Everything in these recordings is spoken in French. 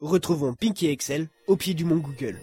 Retrouvons Pink et Excel au pied du mont Google.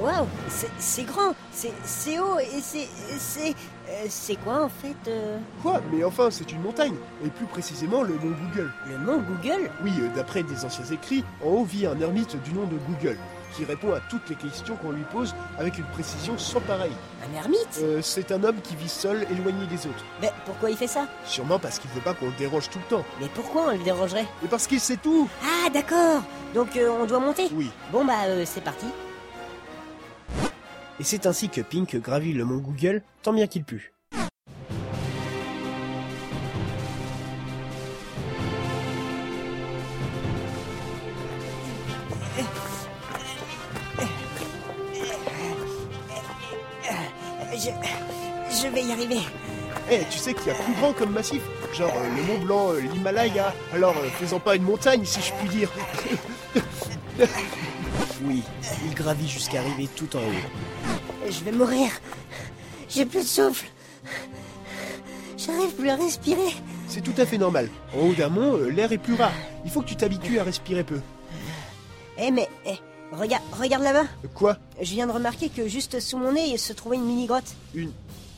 Waouh, c'est- c'est grand, c'est c'est haut et c'est. C'est euh, c'est quoi en fait euh, Quoi Mais enfin, c'est une montagne, et plus précisément le mont Google. Le mont Google Oui, euh, d'après des anciens écrits, en haut vit un ermite du nom de Google, qui répond à toutes les questions qu'on lui pose avec une précision sans pareille. Un ermite Euh, c'est un homme qui vit seul, éloigné des autres. Mais pourquoi il fait ça Sûrement parce qu'il veut pas qu'on le dérange tout le temps. Mais pourquoi on le dérangerait Et parce qu'il sait tout Ah d'accord Donc euh, on doit monter Oui. Bon bah euh, c'est parti. Et c'est ainsi que Pink gravit le mont Google, tant bien qu'il put. Je, Euh, je vais y arriver. Eh, tu sais qu'il y a plus grand comme massif Genre euh, le Mont Blanc, euh, l'Himalaya. Alors, euh, faisons pas une montagne, si je puis dire. oui, il gravit jusqu'à arriver tout en haut. Je vais mourir. J'ai plus de souffle. J'arrive plus à respirer. C'est tout à fait normal. En haut d'un mont, euh, l'air est plus rare. Il faut que tu t'habitues à respirer peu. Eh mais, eh, regarde, regarde là-bas. Euh, Quoi Je viens de remarquer que juste sous mon nez se trouvait une mini grotte. Une...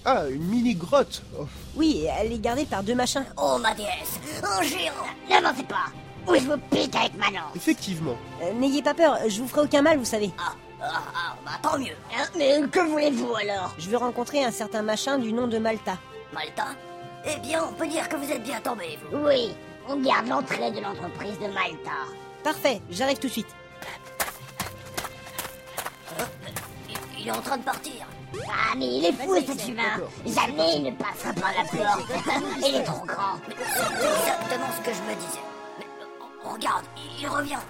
Ah, une mini-grotte Oh, Oui, elle est gardée par deux machins. Oh ma déesse Oh Géant Ne m'en fais pas Ou je vous pique avec ma langue Effectivement. Euh, N'ayez pas peur, je vous ferai aucun mal, vous savez. Ah, ah, ah, bah tant mieux Hein, Mais que voulez-vous alors Je veux rencontrer un certain machin du nom de Malta. Malta Eh bien, on peut dire que vous êtes bien tombé, vous Oui, on garde l'entrée de l'entreprise de Malta. Parfait, j'arrive tout de suite. Il, est en train de partir Ah, mais il est fou, cet humain Jamais il ne passera par la porte Il est trop grand C'est exactement ce que je me disais. Mais, euh, regarde, il, il revient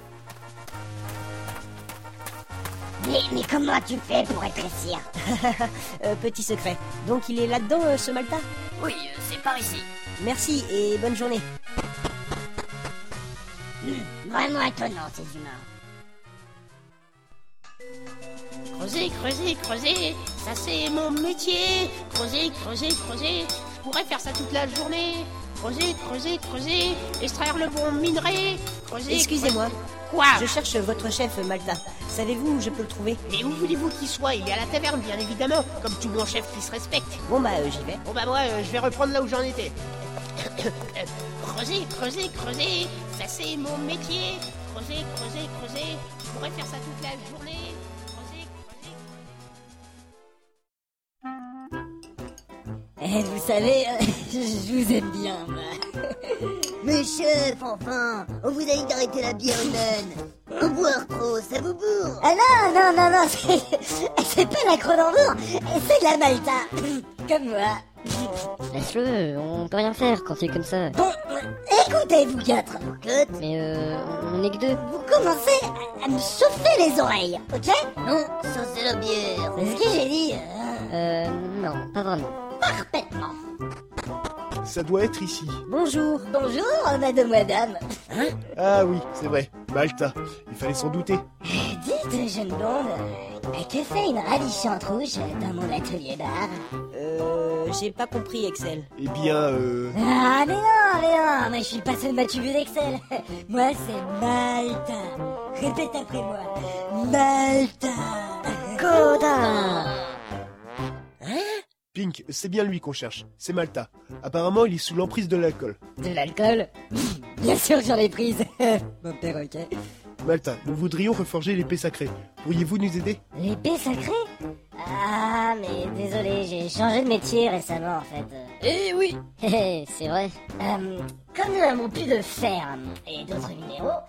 mais, mais comment tu fais pour rétrécir Euh, petit secret. Donc il est là-dedans, euh, ce Malta Oui, euh, c'est par ici. Merci et bonne journée. Vraiment étonnant, ces humains. Creuser, creuser, creuser, ça c'est mon métier. Creuser, creuser, creuser, je pourrais faire ça toute la journée. Creuser, creuser, creuser, extraire le bon minerai. Creuser. Excusez-moi, creuser- Quoi je cherche votre chef, Malta. Savez-vous où je peux le trouver Mais où voulez-vous qu'il soit Il est à la taverne, bien évidemment, comme tout bon chef qui se respecte. Bon bah, euh, j'y vais. Bon bah moi, euh, je vais reprendre là où j'en étais. Euh, creuser, creuser, creuser, ça c'est mon métier. Creuser, creuser, creuser, je pourrais faire ça toute la journée. Creuser, creuser. Eh, vous savez, euh, je vous aime bien, Mais chef, enfin On vous a dit d'arrêter la bière humaine Au boire trop, ça vous bourre Ah non, non, non, non, c'est... C'est pas la Cronenbourg, c'est de la Malta Comme moi Laisse-le, Euh, on peut rien faire quand c'est comme ça. Bon, écoutez, vous quatre Écoute, Mais euh, on est que deux. vous commencez à, à me chauffer les oreilles, ok Non, ça c'est la bière C'est ce que j'ai dit euh, Euh, non, pas vraiment. Parfaitement Ça doit être ici. Bonjour. Bonjour, mademoiselle Ah oui, c'est vrai. Malta. Il fallait s'en douter. Dites, jeune blonde, euh, que fait une ravichante rouge dans mon atelier bar Euh, j'ai pas compris, Excel. Eh bien, euh... Ah, mais non, mais non, mais je suis pas seulement tubu d'Excel. Moi, c'est Malta. Répète après moi. Malta. Godin. Pink, c'est bien lui qu'on cherche. C'est Malta. Apparemment, il est sous l'emprise de l'alcool. De l'alcool Bien sûr, j'en ai prise. mon perroquet. Malta, nous voudrions reforger l'épée sacrée. Pourriez-vous nous aider L'épée sacrée Ah, mais désolé, j'ai changé de métier récemment, en fait. Eh oui Eh, c'est vrai. Euh, comme nous n'avons plus de fer et d'autres minéraux,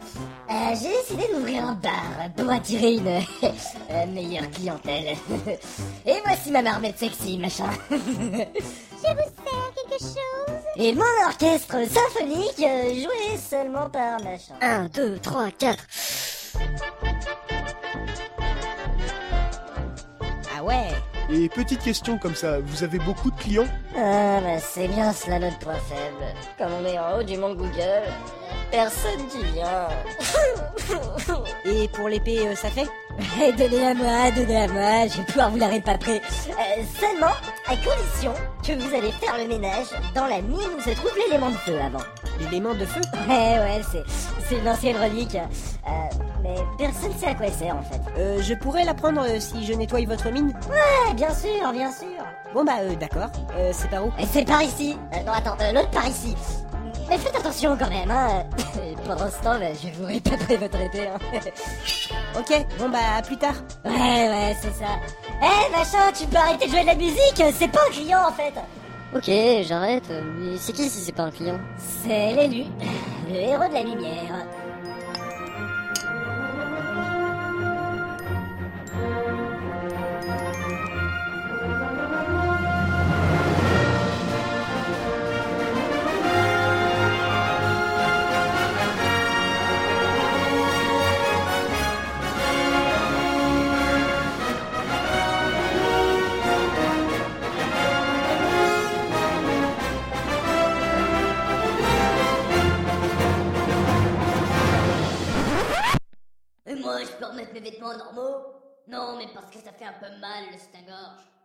euh, j'ai décidé d'ouvrir un bar pour attirer une euh, meilleure clientèle. et voici ma marmette sexy, machin. Je vous sers quelque chose Et mon orchestre symphonique euh, joué seulement par machin. 1, 2, 3, 4. Ah ouais Et petite question comme ça, vous avez beaucoup de clients Ah, bah c'est bien cela notre point faible. Comme on est en haut du mont Google, personne qui vient. Et pour l'épée, euh, ça fait donnez-la Eh, moi, donnez-la moi, je vais pouvoir vous la réparer. Euh, seulement, à condition que vous allez faire le ménage dans la mine où se trouve l'élément de feu avant. L'élément de feu Ouais, ouais, c'est, c'est une ancienne relique. Euh, mais personne sait à quoi elle sert en fait. euh, Je pourrais la prendre euh, si je nettoie votre mine Ouais, bien sûr, bien sûr. Bon bah euh, d'accord, Euh, c'est par où Et c'est par ici. Euh, non, attends, euh, l'autre par ici. Mais faites attention quand même, hein. Et Pendant ce temps, là, je vous réparerai votre épée, hein. Ok, bon bah à plus tard. Ouais, ouais, c'est ça. Eh, machin, tu peux arrêter de jouer de la musique C'est pas un client, en fait Ok, j'arrête, mais c'est qui si c'est pas un client C'est l'élu, le héros de la lumière. Euh, Et moi, je peux remettre mes vêtements normaux Non, mais parce que ça fait un peu mal le stagorge.